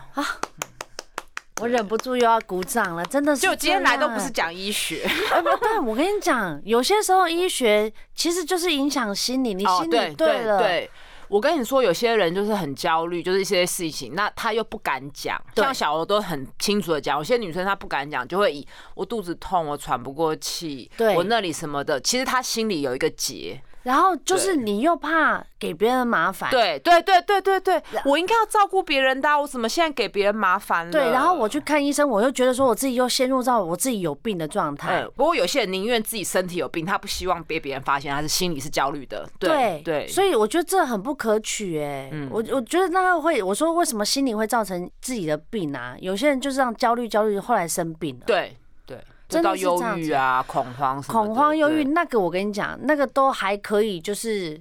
[SPEAKER 1] 我忍不住又要鼓掌了，真的是。
[SPEAKER 2] 就今天来都不是，讲医学，
[SPEAKER 1] 呃但我跟你讲，有些时候医学其实就是影响心理，你心理
[SPEAKER 2] 哦对对
[SPEAKER 1] 了，
[SPEAKER 2] 对。我跟你说，有些人就是很焦虑，就是一些事情，那他又不敢讲。
[SPEAKER 1] 对
[SPEAKER 2] 像小欧都很清楚的讲，有些女生她不敢讲，就会以我肚子痛，我喘不过气
[SPEAKER 1] 对，
[SPEAKER 2] 我那里什么的。其实她心里有一个结，
[SPEAKER 1] 然后就是你又怕给别人麻烦，
[SPEAKER 2] 对对对对对对，我应该要照顾别人的啊、我怎么现在给别人麻烦了？
[SPEAKER 1] 对，然后我去看医生，我又觉得说我自己又陷入到我自己有病的状态
[SPEAKER 2] 嗯。，不过有些人宁愿自己身体有病，他不希望被别人发现，他是心里是焦虑的。对对，嗯
[SPEAKER 1] 所以我觉得这很不可取哎、我我觉得那个会，我说为什么心理会造成自己的病啊？有些人就是这样焦虑焦虑，后来生病了，
[SPEAKER 2] 对对，就
[SPEAKER 1] 真的
[SPEAKER 2] 到
[SPEAKER 1] 是
[SPEAKER 2] 忧
[SPEAKER 1] 这样
[SPEAKER 2] 郁
[SPEAKER 1] 子
[SPEAKER 2] 啊，恐慌什么的
[SPEAKER 1] 恐慌、忧郁，
[SPEAKER 2] 对
[SPEAKER 1] 那个我跟你讲，那个都还可以，就是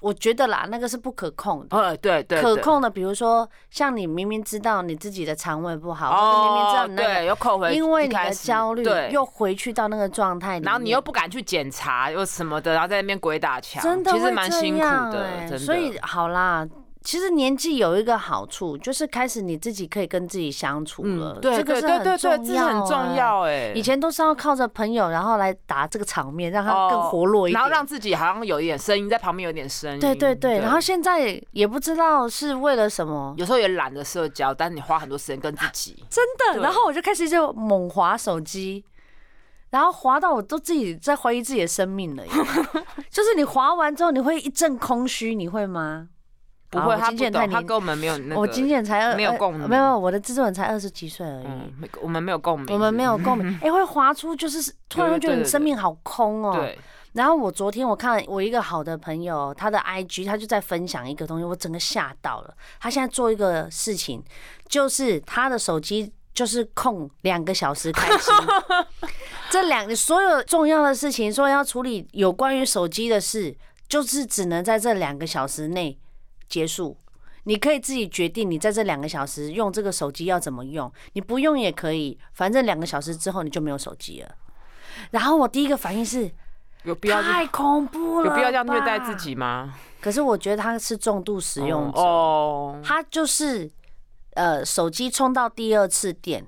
[SPEAKER 1] 我觉得啦，那个是不可控的。
[SPEAKER 2] 呃，对对，
[SPEAKER 1] 可
[SPEAKER 2] 对。
[SPEAKER 1] 控的，比如说像你明明知道你自己的肠胃不好，或
[SPEAKER 2] 哦，
[SPEAKER 1] 者明明知道你那
[SPEAKER 2] 对，又扣
[SPEAKER 1] 个，
[SPEAKER 2] 回，
[SPEAKER 1] 因为你
[SPEAKER 2] 一开
[SPEAKER 1] 的
[SPEAKER 2] 始
[SPEAKER 1] 焦虑
[SPEAKER 2] 对，
[SPEAKER 1] 又回去到那个状态里面，
[SPEAKER 2] 然后你又不敢去检查，又什么的，然后在那边鬼打墙，
[SPEAKER 1] 真的
[SPEAKER 2] 其实
[SPEAKER 1] 会
[SPEAKER 2] 蛮
[SPEAKER 1] 这
[SPEAKER 2] 辛苦
[SPEAKER 1] 样
[SPEAKER 2] 的，
[SPEAKER 1] 欸
[SPEAKER 2] 真的。
[SPEAKER 1] 所以好啦，其实年纪有一个好处，就是开始你自己可以跟自己相处了，
[SPEAKER 2] 嗯对
[SPEAKER 1] 嗯这个
[SPEAKER 2] 对
[SPEAKER 1] 是
[SPEAKER 2] 对对
[SPEAKER 1] 很重要、欸
[SPEAKER 2] 对，这是很重。要哎。
[SPEAKER 1] 以前都是要靠着朋友，然后来打这个场面，让他更
[SPEAKER 2] 哦
[SPEAKER 1] 活络一点。
[SPEAKER 2] 然后让自己好像有一点声音在旁边，有点声音。
[SPEAKER 1] 对对对，然后现在也不知道是为了什么，
[SPEAKER 2] 有时候也懒得社交，但你花很多时间跟自己。
[SPEAKER 1] 真的。
[SPEAKER 2] 对
[SPEAKER 1] 然后我就开始就猛滑手机，然后滑到我都自己在怀疑自己的生命 了耶。就是你滑完之后，你会一阵空虚，你会吗？
[SPEAKER 2] 不
[SPEAKER 1] 啊
[SPEAKER 2] 会，
[SPEAKER 1] 我
[SPEAKER 2] 他
[SPEAKER 1] 经纪
[SPEAKER 2] 不
[SPEAKER 1] 人太
[SPEAKER 2] 懂，他
[SPEAKER 1] 年，
[SPEAKER 2] 跟我们没有那个。
[SPEAKER 1] 我经纪人才二
[SPEAKER 2] 没有
[SPEAKER 1] 呃
[SPEAKER 2] 共鸣
[SPEAKER 1] 没有，我的制作人才二十几岁而已
[SPEAKER 2] 嗯，，没我们没有共鸣，
[SPEAKER 1] 我们没有共鸣。 哎，会滑出就是突然会觉得
[SPEAKER 2] 对对
[SPEAKER 1] 你
[SPEAKER 2] 对
[SPEAKER 1] 生命好空哦。
[SPEAKER 2] 对，
[SPEAKER 1] 然后我昨天我看我一个好的朋友，他的 IG 他就在分享一个东西，我整个吓到了。他现在做一个事情，就是他的手机就是空两个小时开机，这两所有重要的事情，说要处理有关于手机的事，就是只能在这两个小时内结束。你可以自己决定你在这两个小时用这个手机要怎么用，你不用也可以，反正两个小时之后你就没有手机了。然后我第一个反应是，
[SPEAKER 2] 有必要
[SPEAKER 1] 太恐怖了，
[SPEAKER 2] 有必要这样虐待自。己吗？
[SPEAKER 1] 可是我觉得他是重度使用者，
[SPEAKER 2] 哦，
[SPEAKER 1] 他就是呃手机充到第二次电，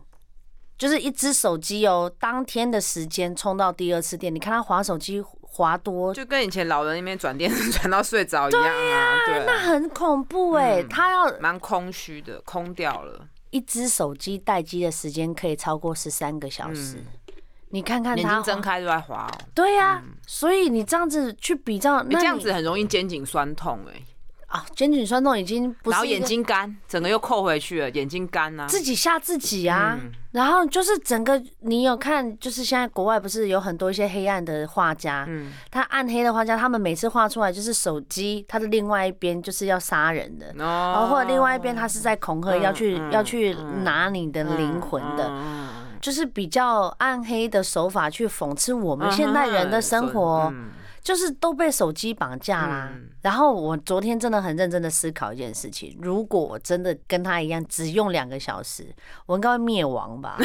[SPEAKER 1] 就是一只手机哦，当天的时间充到第二次电。你看他划手机划多，
[SPEAKER 2] 就跟以前老人那边转电视转到睡着一样啊，对
[SPEAKER 1] 那
[SPEAKER 2] 啊，
[SPEAKER 1] 很恐怖哎、
[SPEAKER 2] 嗯
[SPEAKER 1] 他要
[SPEAKER 2] 蛮空虚的，空掉了，
[SPEAKER 1] 一只手机待机的时间可以超过十三个小
[SPEAKER 2] 嗯
[SPEAKER 1] 时。你看看
[SPEAKER 2] 眼
[SPEAKER 1] 他
[SPEAKER 2] 睛
[SPEAKER 1] 划，
[SPEAKER 2] 睁开就在滑哦，
[SPEAKER 1] 对呀、所以你这样子去比较，
[SPEAKER 2] 你
[SPEAKER 1] 那
[SPEAKER 2] 这样
[SPEAKER 1] 你
[SPEAKER 2] 子很容易肩颈酸痛哎，
[SPEAKER 1] 啊，肩颈酸痛已经不
[SPEAKER 2] 然后
[SPEAKER 1] 是一
[SPEAKER 2] 眼
[SPEAKER 1] 个
[SPEAKER 2] 睛干，整个又扣回去了，眼睛干呐，
[SPEAKER 1] 自己吓自己啊。
[SPEAKER 2] 嗯
[SPEAKER 1] 然后就是整个，你有看，就是现在国外不是有很多一些黑暗的画家，
[SPEAKER 2] 嗯
[SPEAKER 1] 他暗黑的画家，他们每次画出来就是手机，他的另外一边就是要杀人的，然后
[SPEAKER 2] 哦
[SPEAKER 1] 或者另外一边他是在恐吓，
[SPEAKER 2] 嗯
[SPEAKER 1] 要去
[SPEAKER 2] 嗯
[SPEAKER 1] 要去拿你的灵魂的，
[SPEAKER 2] 的
[SPEAKER 1] 就是比较暗黑的手法去讽刺我
[SPEAKER 2] 啊
[SPEAKER 1] 们现代人的生活，就是都被手机绑架啦
[SPEAKER 2] 嗯。
[SPEAKER 1] 然后我昨天真的很认真的思考一件事情：如果我真的跟他一样只用两个小时，我应该会灭亡 吧？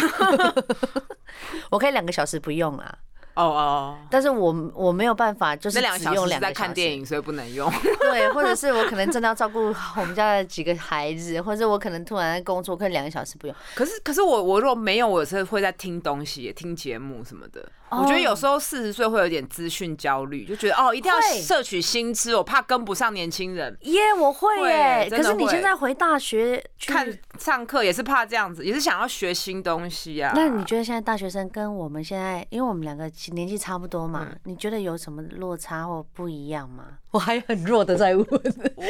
[SPEAKER 1] 我可以两个小时不用啦，
[SPEAKER 2] 哦哦。
[SPEAKER 1] 但是我我没有办法，就是
[SPEAKER 2] 那两个
[SPEAKER 1] 只
[SPEAKER 2] 小
[SPEAKER 1] 用
[SPEAKER 2] 时是
[SPEAKER 1] 两个
[SPEAKER 2] 在
[SPEAKER 1] 小
[SPEAKER 2] 看
[SPEAKER 1] 时。
[SPEAKER 2] 电影，所以不能用。
[SPEAKER 1] 对，或者是我可能真的要照顾我们家的几个孩 子，或者我可能突然在工作，可能两个小时不用。
[SPEAKER 2] 可是，可是我我如果没有，我是会在听东西、听节目什么的。
[SPEAKER 1] 哦
[SPEAKER 2] 我觉得有时候四十岁会有点资讯焦虑，就觉得哦，一定要
[SPEAKER 1] 会
[SPEAKER 2] 摄取新知，我怕跟不上年轻人。
[SPEAKER 1] 耶、我会
[SPEAKER 2] 会
[SPEAKER 1] 耶、可
[SPEAKER 2] 真的
[SPEAKER 1] 是你
[SPEAKER 2] 会
[SPEAKER 1] 现在回大学去
[SPEAKER 2] 看上课也是怕这样子，也是想要学新东西啊。
[SPEAKER 1] 那你觉得现在大学生跟我们现在，因为我们两个其年纪差不多嘛，你觉得有什么落差或不一样吗？我还很弱的在问。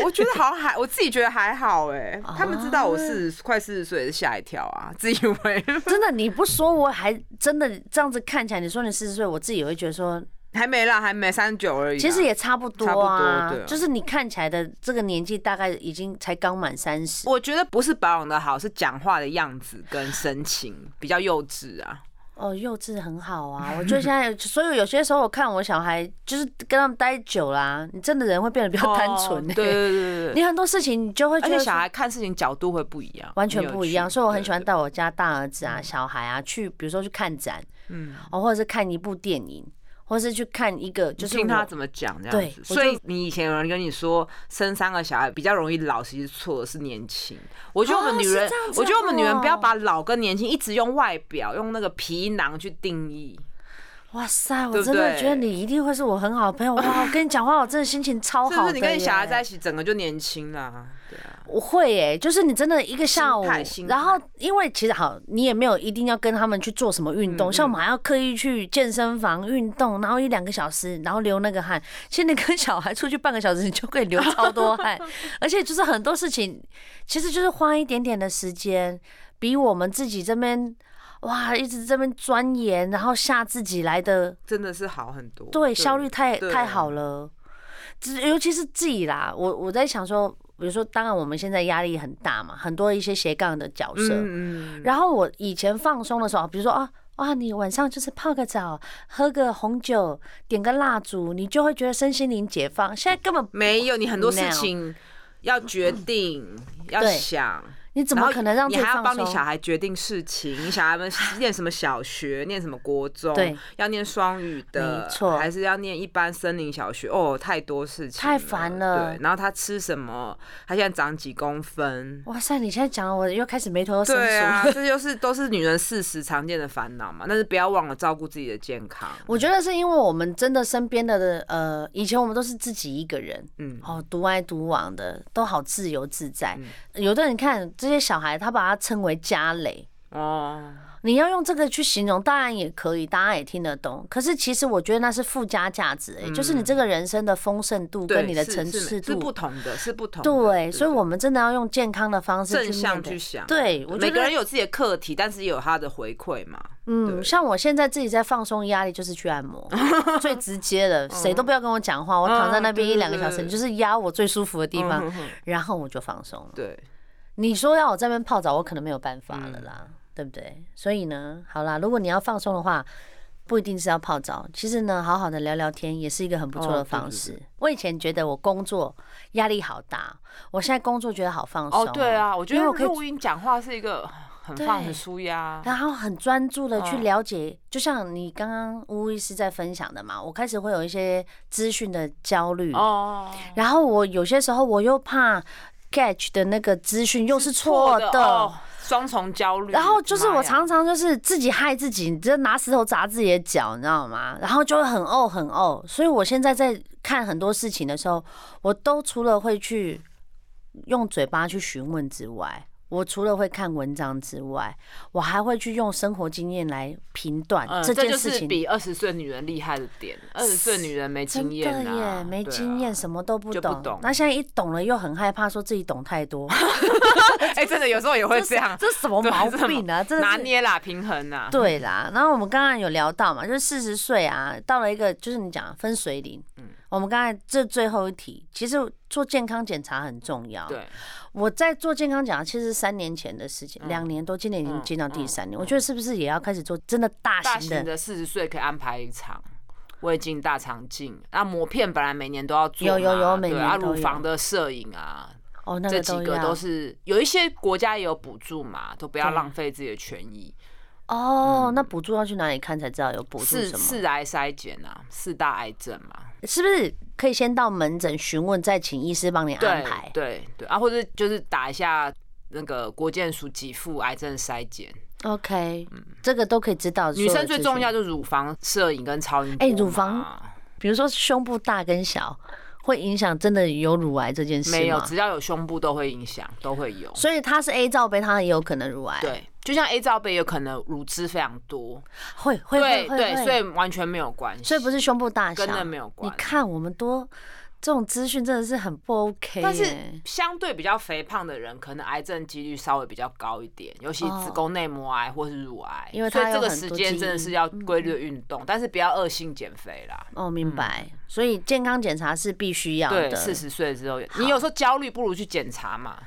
[SPEAKER 2] 我觉得好像还，我自己觉得还好哎、 他们知道我四
[SPEAKER 1] 哦
[SPEAKER 2] 十快四十岁也是吓一跳啊，自以为
[SPEAKER 1] 真的，你不说我还真的这样子看起来，你说你四十岁，我自己也会觉得说，
[SPEAKER 2] 还没啦，还没三十九而已啦。
[SPEAKER 1] 其实也差不多啊
[SPEAKER 2] 差。不多对啊
[SPEAKER 1] 就是你看起来的这个年纪，大概已经才刚满三十。
[SPEAKER 2] 我觉得不是保养的好，是讲话的样子跟神情比较幼稚啊。
[SPEAKER 1] 哦，幼稚很好啊！ 我觉得现在，所以有些时候我看我小孩，就是跟他们待久啦、你真的人会变得比较单纯、欸
[SPEAKER 2] 哦对对对对 对。
[SPEAKER 1] 你很多事情你就会觉得
[SPEAKER 2] 而且
[SPEAKER 1] 说
[SPEAKER 2] 小孩看事情角度会不一样，
[SPEAKER 1] 完全
[SPEAKER 2] 很有
[SPEAKER 1] 不一样，
[SPEAKER 2] 趣
[SPEAKER 1] 所以我很喜欢
[SPEAKER 2] 对嗯
[SPEAKER 1] 带我家大儿子啊、小孩啊去，比如说去看展，嗯，哦，或者是看一部电影，或者是去看一个，就是
[SPEAKER 2] 听他怎
[SPEAKER 1] 么
[SPEAKER 2] 么讲这
[SPEAKER 1] 对
[SPEAKER 2] 样子。
[SPEAKER 1] 我
[SPEAKER 2] 所
[SPEAKER 1] 就
[SPEAKER 2] 以你以前有人跟你说生三个小孩比较容易老，其实错的是年轻。我觉得我
[SPEAKER 1] 啊
[SPEAKER 2] 们女
[SPEAKER 1] 是
[SPEAKER 2] 人
[SPEAKER 1] 这样，子
[SPEAKER 2] 我觉得我们女人不要
[SPEAKER 1] 哦
[SPEAKER 2] 把老跟年轻一直用外表、用那个皮囊去定义。
[SPEAKER 1] 哇塞，我
[SPEAKER 2] 对不
[SPEAKER 1] 真的
[SPEAKER 2] 对
[SPEAKER 1] 觉得你一定会是我很好的朋友哇！我跟你讲话，我真的心情超
[SPEAKER 2] 是不
[SPEAKER 1] 哦好
[SPEAKER 2] 是
[SPEAKER 1] 的。
[SPEAKER 2] 你跟你小孩在一，起，整个就年轻啦？对啊，
[SPEAKER 1] 我会哎、就是你真的一个下午
[SPEAKER 2] 心态，心态
[SPEAKER 1] 然后因为其实好，你也没有一定要跟他们去做什么运动，
[SPEAKER 2] 嗯
[SPEAKER 1] 像我们还要刻意去健身房运动，然后一两个小时，然后流那个汗。 其实你跟小孩出去半个小时，你就可以流超多 汗，而且就是很多事情，其实就是花一点点的时间，比我们自己这边哇一直这边钻研，然后吓自己来的，
[SPEAKER 2] 真的是好很多。
[SPEAKER 1] 对效率太
[SPEAKER 2] 对
[SPEAKER 1] 太好了。只尤其是自己啦，我我在想说，比如说，当然我们现在压力很大嘛，很多一些斜杠的角色，
[SPEAKER 2] 嗯嗯，
[SPEAKER 1] 然后我以前放松的时候，比如说啊啊，你晚上就是泡个澡，喝个红酒，点个蜡烛，你就会觉得身心灵解放。现在根本
[SPEAKER 2] 没有你很多事
[SPEAKER 1] No
[SPEAKER 2] 情要决定，要
[SPEAKER 1] 对
[SPEAKER 2] 想。
[SPEAKER 1] 你怎
[SPEAKER 2] 然
[SPEAKER 1] 么
[SPEAKER 2] 后
[SPEAKER 1] 可能让
[SPEAKER 2] 你
[SPEAKER 1] 自己
[SPEAKER 2] 还
[SPEAKER 1] 放
[SPEAKER 2] 要帮你
[SPEAKER 1] 松？
[SPEAKER 2] 小孩决定事情？你小 孩们念什么小学，念什么国中，
[SPEAKER 1] 对，
[SPEAKER 2] 要念双语的，
[SPEAKER 1] 没错
[SPEAKER 2] 还是要念一般森林小学？哦，太多事情，
[SPEAKER 1] 太烦了
[SPEAKER 2] 对，然后他吃什么？他现在长几公分？
[SPEAKER 1] 哇塞！你现在讲了，我又开始眉头又深锁。
[SPEAKER 2] 对 啊，这就是都是女人四十常见的烦恼嘛。但是不要忘了照顾自己的健康。
[SPEAKER 1] 我觉得是因为我们真的身边的呃，以前我们都是自己一个人，
[SPEAKER 2] 嗯，
[SPEAKER 1] 哦，独来独往的，都好自由自在。
[SPEAKER 2] 嗯
[SPEAKER 1] 有的人看这些小孩，他把它称为家累。
[SPEAKER 2] 哦，
[SPEAKER 1] 你要用这个去形容，当然也可以，大家也听得懂。可是其实我觉得那是附加价值、欸，就是你这个人生的丰盛度
[SPEAKER 2] 嗯对，
[SPEAKER 1] 跟你的
[SPEAKER 2] 是
[SPEAKER 1] 层
[SPEAKER 2] 是
[SPEAKER 1] 次
[SPEAKER 2] 是不
[SPEAKER 1] 度，
[SPEAKER 2] 同的，是不同的。
[SPEAKER 1] 对，所以我们真的要用健康的方式
[SPEAKER 2] 正
[SPEAKER 1] 去
[SPEAKER 2] 向
[SPEAKER 1] 面
[SPEAKER 2] 去
[SPEAKER 1] 对。
[SPEAKER 2] 想，
[SPEAKER 1] 对，我觉
[SPEAKER 2] 每个
[SPEAKER 1] 得
[SPEAKER 2] 人，有自己的课题，但是也有他的回馈嘛。对
[SPEAKER 1] 嗯，像我现在自己在放松压力，就是去按 摩，最直接的，谁都不要跟我讲话，我躺在那边一两个小时，
[SPEAKER 2] 嗯嗯对对对
[SPEAKER 1] 你就是压我最舒服的地
[SPEAKER 2] 嗯
[SPEAKER 1] 方，
[SPEAKER 2] 哼哼
[SPEAKER 1] 然后我就放松了。
[SPEAKER 2] 对，
[SPEAKER 1] 你说要我在那边泡澡，我可能没有办法了啦，
[SPEAKER 2] 嗯
[SPEAKER 1] 对不对？所以呢，好啦，如果你要放松的话，不一定是要泡澡，其实呢，好好的聊聊天也是一个很不错
[SPEAKER 2] 哦
[SPEAKER 1] 的
[SPEAKER 2] 对
[SPEAKER 1] 方
[SPEAKER 2] 对
[SPEAKER 1] 式。我以前觉得我工作压力好大，我现在工作觉得好放松、
[SPEAKER 2] 哦，对，啊，我觉
[SPEAKER 1] 因
[SPEAKER 2] 得
[SPEAKER 1] 为我可以
[SPEAKER 2] 录音讲话是一个很
[SPEAKER 1] 对
[SPEAKER 2] 放很舒压。啊
[SPEAKER 1] 然后很专注的去
[SPEAKER 2] 哦嗯
[SPEAKER 1] 了解，就像你刚刚吴医师在分享的嘛，我开始会有一些资讯的焦虑，
[SPEAKER 2] 哦，
[SPEAKER 1] 然后我有些时候我又怕 catch 的那个资讯又是错的。
[SPEAKER 2] 哦，双重焦虑。
[SPEAKER 1] 然后就是
[SPEAKER 2] 嗯妈
[SPEAKER 1] 我
[SPEAKER 2] 呀
[SPEAKER 1] 常常就是自己害自己，你就拿石头砸自己的脚，你知道吗？然后就会很怄很怄。所以我现在在看很多事情的时候，我都除了会去用嘴巴去询问之外，我除了会看文章之外，我还会去用生活经验来评断
[SPEAKER 2] 嗯，
[SPEAKER 1] 这
[SPEAKER 2] 这
[SPEAKER 1] 件
[SPEAKER 2] 就
[SPEAKER 1] 事
[SPEAKER 2] 是
[SPEAKER 1] 情。
[SPEAKER 2] 比二十岁女人厉害的点。二十岁女人没
[SPEAKER 1] 真
[SPEAKER 2] 经
[SPEAKER 1] 的
[SPEAKER 2] 验啊，
[SPEAKER 1] 耶，没
[SPEAKER 2] 对啊
[SPEAKER 1] 经验，。什么都不
[SPEAKER 2] 就不
[SPEAKER 1] 懂。
[SPEAKER 2] 懂
[SPEAKER 1] 那现在一懂了，又很害怕，说自己懂太 多，
[SPEAKER 2] 哎，真的有时候也会这样，
[SPEAKER 1] 这是什么
[SPEAKER 2] 对
[SPEAKER 1] 毛
[SPEAKER 2] 这是
[SPEAKER 1] 病啊？真的
[SPEAKER 2] 拿
[SPEAKER 1] 是
[SPEAKER 2] 捏啦，平衡啦。
[SPEAKER 1] 对啦，
[SPEAKER 2] 嗯
[SPEAKER 1] 然后我们刚刚有聊到嘛，就是四十岁啊，到了一个就是你讲的分水岭。嗯，我们刚才这最后一题，其实做健康检查很重要。，
[SPEAKER 2] 对，
[SPEAKER 1] 我在做健康检查，其实是三年前的事情，
[SPEAKER 2] 嗯
[SPEAKER 1] 两、年多，今年已经进到第三年、我觉得是不是也要开始做真的大
[SPEAKER 2] 大
[SPEAKER 1] 型的？
[SPEAKER 2] 型的四十岁可以安排一场。胃镜、大肠镜，那膜片本来每年都要做
[SPEAKER 1] 有
[SPEAKER 2] 嘛，
[SPEAKER 1] 有有每
[SPEAKER 2] 对
[SPEAKER 1] 年
[SPEAKER 2] 啊，
[SPEAKER 1] 都
[SPEAKER 2] 乳
[SPEAKER 1] 有
[SPEAKER 2] 房的摄影啊，
[SPEAKER 1] 哦，那
[SPEAKER 2] 这
[SPEAKER 1] 个
[SPEAKER 2] 几
[SPEAKER 1] 都
[SPEAKER 2] 个
[SPEAKER 1] 要
[SPEAKER 2] 都是有一些国家也有补助嘛，都不要
[SPEAKER 1] 对
[SPEAKER 2] 浪费自己的权益。
[SPEAKER 1] 哦、
[SPEAKER 2] 嗯
[SPEAKER 1] 那补助要去哪里看才知道有补助
[SPEAKER 2] 四
[SPEAKER 1] 什么？
[SPEAKER 2] 四癌筛检啊，四大癌症嘛，
[SPEAKER 1] 是不是可以先到门诊询问，再请医师帮你安
[SPEAKER 2] 对
[SPEAKER 1] 排？
[SPEAKER 2] 对对啊，或者就是打一下那个国健署给付癌症筛检。
[SPEAKER 1] OK，、这个都可以知道。
[SPEAKER 2] 嗯女生最重
[SPEAKER 1] 要。
[SPEAKER 2] 要就是乳房摄影跟超音波
[SPEAKER 1] 哎
[SPEAKER 2] 嘛
[SPEAKER 1] 乳房比如说胸部大跟小，会影响真的有乳癌这件事吗？
[SPEAKER 2] 没有，只要有胸部都会影响，都会有。
[SPEAKER 1] 所以它是 A 罩杯，它也有可能乳癌。，
[SPEAKER 2] 对，就像 A 罩杯有可能乳汁非常多，
[SPEAKER 1] 会会
[SPEAKER 2] 对
[SPEAKER 1] 会会
[SPEAKER 2] 对，
[SPEAKER 1] 会
[SPEAKER 2] 所以完全没有关系，
[SPEAKER 1] 所以不是胸部大小，
[SPEAKER 2] 跟那没有
[SPEAKER 1] 你
[SPEAKER 2] 关。
[SPEAKER 1] 看我们多这种资讯真的是很不 OK，
[SPEAKER 2] 但是
[SPEAKER 1] 耶
[SPEAKER 2] 相对比较肥胖的人，可能癌症几率稍微比较高一点，尤其
[SPEAKER 1] 哦
[SPEAKER 2] 子宫内膜癌或是乳癌。
[SPEAKER 1] 因为
[SPEAKER 2] 所以
[SPEAKER 1] 它有
[SPEAKER 2] 这个
[SPEAKER 1] 很
[SPEAKER 2] 时
[SPEAKER 1] 多
[SPEAKER 2] 间
[SPEAKER 1] 基
[SPEAKER 2] 真的
[SPEAKER 1] 因嗯
[SPEAKER 2] 是要规律地运动，但是不要恶性减肥啦。
[SPEAKER 1] 哦，明白。所以健康检查是必须要
[SPEAKER 2] 嗯对，
[SPEAKER 1] 的，
[SPEAKER 2] 四十岁之后，你有时候焦虑不如去检查嘛。
[SPEAKER 1] 嗯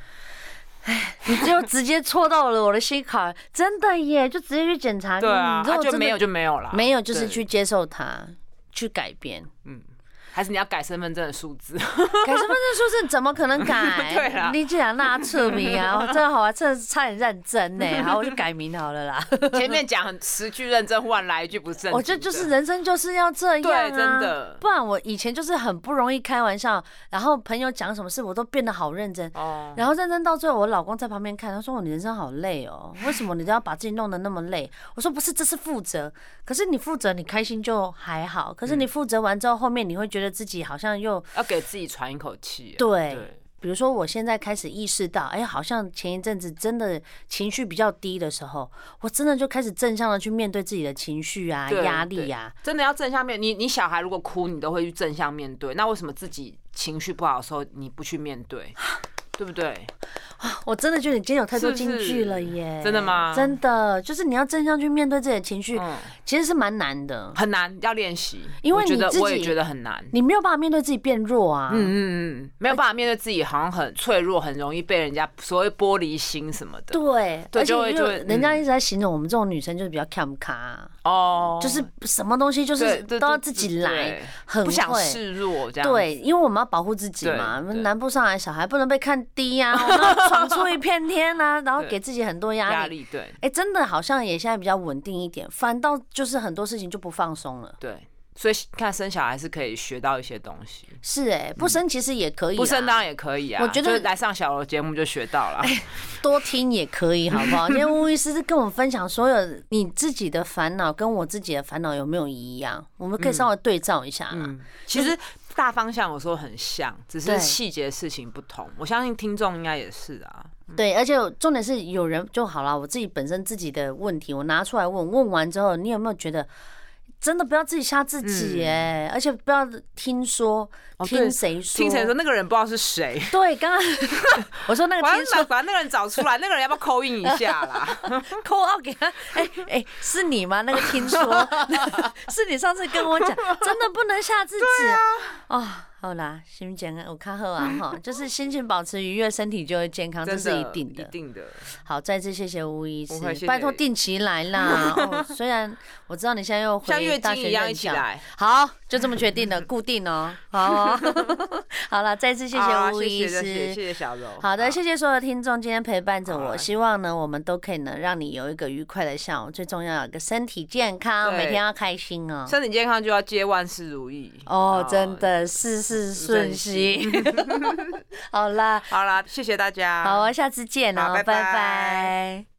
[SPEAKER 1] 你就直接戳到了我的心坎儿，真的耶，就直接去检查。
[SPEAKER 2] 对啊，
[SPEAKER 1] 你如
[SPEAKER 2] 啊
[SPEAKER 1] 果
[SPEAKER 2] 就
[SPEAKER 1] 真的
[SPEAKER 2] 没有就没有啦。
[SPEAKER 1] 没有，就是
[SPEAKER 2] 对，
[SPEAKER 1] 去接受它，去改变。
[SPEAKER 2] 还是你要改身份证的数 字。
[SPEAKER 1] 改身份证书是哎怎么可能改？
[SPEAKER 2] 对啊啦
[SPEAKER 1] 你竟然那出名 啊！我真的好啊，真的差点认真呢。好，我就改名好了啦。
[SPEAKER 2] 前面讲很十句认真，忽然来一句不正经的。
[SPEAKER 1] 我觉得哦就是人生就是要这样、啊，
[SPEAKER 2] 对真的
[SPEAKER 1] 不然我以前就是很不容易开玩笑，然后朋友讲什么事我都变得好认真。
[SPEAKER 2] 哦，
[SPEAKER 1] 然后认真到最后，我老公在旁边看，他说：“我人生好累哦，为什么你都要把自己弄得那么 累？”我说：“不是，这是负责。可是你负责，你开心就还好。可
[SPEAKER 2] 嗯
[SPEAKER 1] 是你负责完之后，后面你会觉得自己好像又
[SPEAKER 2] 要给自己喘一口气。啊
[SPEAKER 1] 对，比如说，我现在开始意识到，哎、好像前一阵子真的情绪比较低的时候，我真的就开始正向的去面对自己的情绪啊、
[SPEAKER 2] 对
[SPEAKER 1] 压
[SPEAKER 2] 对
[SPEAKER 1] 力呀、
[SPEAKER 2] 真的要正向面，你你小孩如果哭，你都会去正向面对，那为什么自己情绪不好的时候你不去面对，对不对？
[SPEAKER 1] 我真的觉得你今天有太多
[SPEAKER 2] 是
[SPEAKER 1] 金
[SPEAKER 2] 不是
[SPEAKER 1] 句了耶！
[SPEAKER 2] 真的吗
[SPEAKER 1] 真的，就是你要正向去面对自己的情绪，
[SPEAKER 2] 嗯，
[SPEAKER 1] 其实是蛮难的，
[SPEAKER 2] 很难，要练习。
[SPEAKER 1] 因为
[SPEAKER 2] 我觉
[SPEAKER 1] 你
[SPEAKER 2] 得
[SPEAKER 1] 自己
[SPEAKER 2] 我也觉得很难。
[SPEAKER 1] 你没有办法面对自己变弱啊。
[SPEAKER 2] 嗯嗯嗯，没有办法面对自己，好像很脆弱，很容易被人家所谓玻璃心什么的。
[SPEAKER 1] 对，
[SPEAKER 2] 对
[SPEAKER 1] 而且
[SPEAKER 2] 就会
[SPEAKER 1] 因
[SPEAKER 2] 就
[SPEAKER 1] 为
[SPEAKER 2] 会
[SPEAKER 1] 人家
[SPEAKER 2] 嗯
[SPEAKER 1] 一直在形容我们这种女生就是比较 cam 卡、
[SPEAKER 2] 哦，
[SPEAKER 1] 啊就是什么东西就是
[SPEAKER 2] 对对
[SPEAKER 1] 都要
[SPEAKER 2] 对
[SPEAKER 1] 自己
[SPEAKER 2] 对
[SPEAKER 1] 来
[SPEAKER 2] 对，
[SPEAKER 1] 很
[SPEAKER 2] 不想
[SPEAKER 1] 会。
[SPEAKER 2] 示弱这样。
[SPEAKER 1] 对，，因为我们要保护自己
[SPEAKER 2] 对
[SPEAKER 1] 嘛，
[SPEAKER 2] 对
[SPEAKER 1] 南部上来小孩不能被看低呀、啊，我们要闯出一片天呐、然后
[SPEAKER 2] 对
[SPEAKER 1] 给自己很多压
[SPEAKER 2] 压
[SPEAKER 1] 力。
[SPEAKER 2] 力对
[SPEAKER 1] 哎、真的好像也现在比较稳定一点，反倒就是很多事情就不放松了。
[SPEAKER 2] 对，所以看生小孩是可以学到一些东西，
[SPEAKER 1] 是哎、不生其实也可以啦，
[SPEAKER 2] 嗯不生当然也可以啊。
[SPEAKER 1] 我觉得
[SPEAKER 2] 就是来上小罗节目就学到了。
[SPEAKER 1] 多听也可以，好不好？今天巫医师是跟我们分享所有你自己的烦恼跟我自己的烦恼有没有一样，我们可以稍微对照一下啦。
[SPEAKER 2] 嗯，其实大方向有时候很像，只
[SPEAKER 1] 对
[SPEAKER 2] 是细节事情不同。我相信听众应该也是啊。
[SPEAKER 1] 对，而且重点是有人就好了。我自己本身自己的问题，我拿出来问，问完之后，你有没有觉得真的不要自己吓自己哎、而且不要听说，
[SPEAKER 2] 嗯哦对
[SPEAKER 1] 听谁说，
[SPEAKER 2] 听谁说那个人不知道是谁，
[SPEAKER 1] 对， 刚刚我说那个
[SPEAKER 2] 我要
[SPEAKER 1] 听
[SPEAKER 2] 把
[SPEAKER 1] 说哦
[SPEAKER 2] 把那个人找出来，那个人要不要扣印一下 啦？
[SPEAKER 1] 扣二给他，哎、哎、是你吗？那个听 说是你上次跟我讲，真的不能吓自己啊。哦，好啦，心情健康，我看喝完哈，就是心情保持愉悦，身体就会健康，这
[SPEAKER 2] 真
[SPEAKER 1] 是
[SPEAKER 2] 的
[SPEAKER 1] 一定
[SPEAKER 2] 一
[SPEAKER 1] 的。
[SPEAKER 2] 定的。
[SPEAKER 1] 好，再次谢谢吴医
[SPEAKER 2] 不会谢
[SPEAKER 1] 师，
[SPEAKER 2] 谢
[SPEAKER 1] 拜托定期来 啦。哦，虽然我知道你现在又
[SPEAKER 2] 像
[SPEAKER 1] 回
[SPEAKER 2] 月
[SPEAKER 1] 大
[SPEAKER 2] 经
[SPEAKER 1] 学
[SPEAKER 2] 一样
[SPEAKER 1] 院
[SPEAKER 2] 一起
[SPEAKER 1] 讲，
[SPEAKER 2] 来，
[SPEAKER 1] 好，就这么决定了，固定 哦。好哦，好了，再次谢
[SPEAKER 2] 好
[SPEAKER 1] 谢
[SPEAKER 2] 啊
[SPEAKER 1] 吴医
[SPEAKER 2] 谢谢谢
[SPEAKER 1] 师。
[SPEAKER 2] 谢小柔。啊
[SPEAKER 1] 好的，谢谢所有的听众今天陪伴着
[SPEAKER 2] 好
[SPEAKER 1] 我，
[SPEAKER 2] 啊
[SPEAKER 1] 希望呢我们都可以呢让你有一个愉快的下午，最重要有一个身体健康，
[SPEAKER 2] 对
[SPEAKER 1] 每天要开心哦。
[SPEAKER 2] 身体健康就要接万事如意啊
[SPEAKER 1] 哦，真。的事事顺心。 好啦，
[SPEAKER 2] 好啦，谢谢大家。
[SPEAKER 1] 好啊，下次见
[SPEAKER 2] 好
[SPEAKER 1] 哦，
[SPEAKER 2] 拜
[SPEAKER 1] 拜
[SPEAKER 2] 拜
[SPEAKER 1] 拜。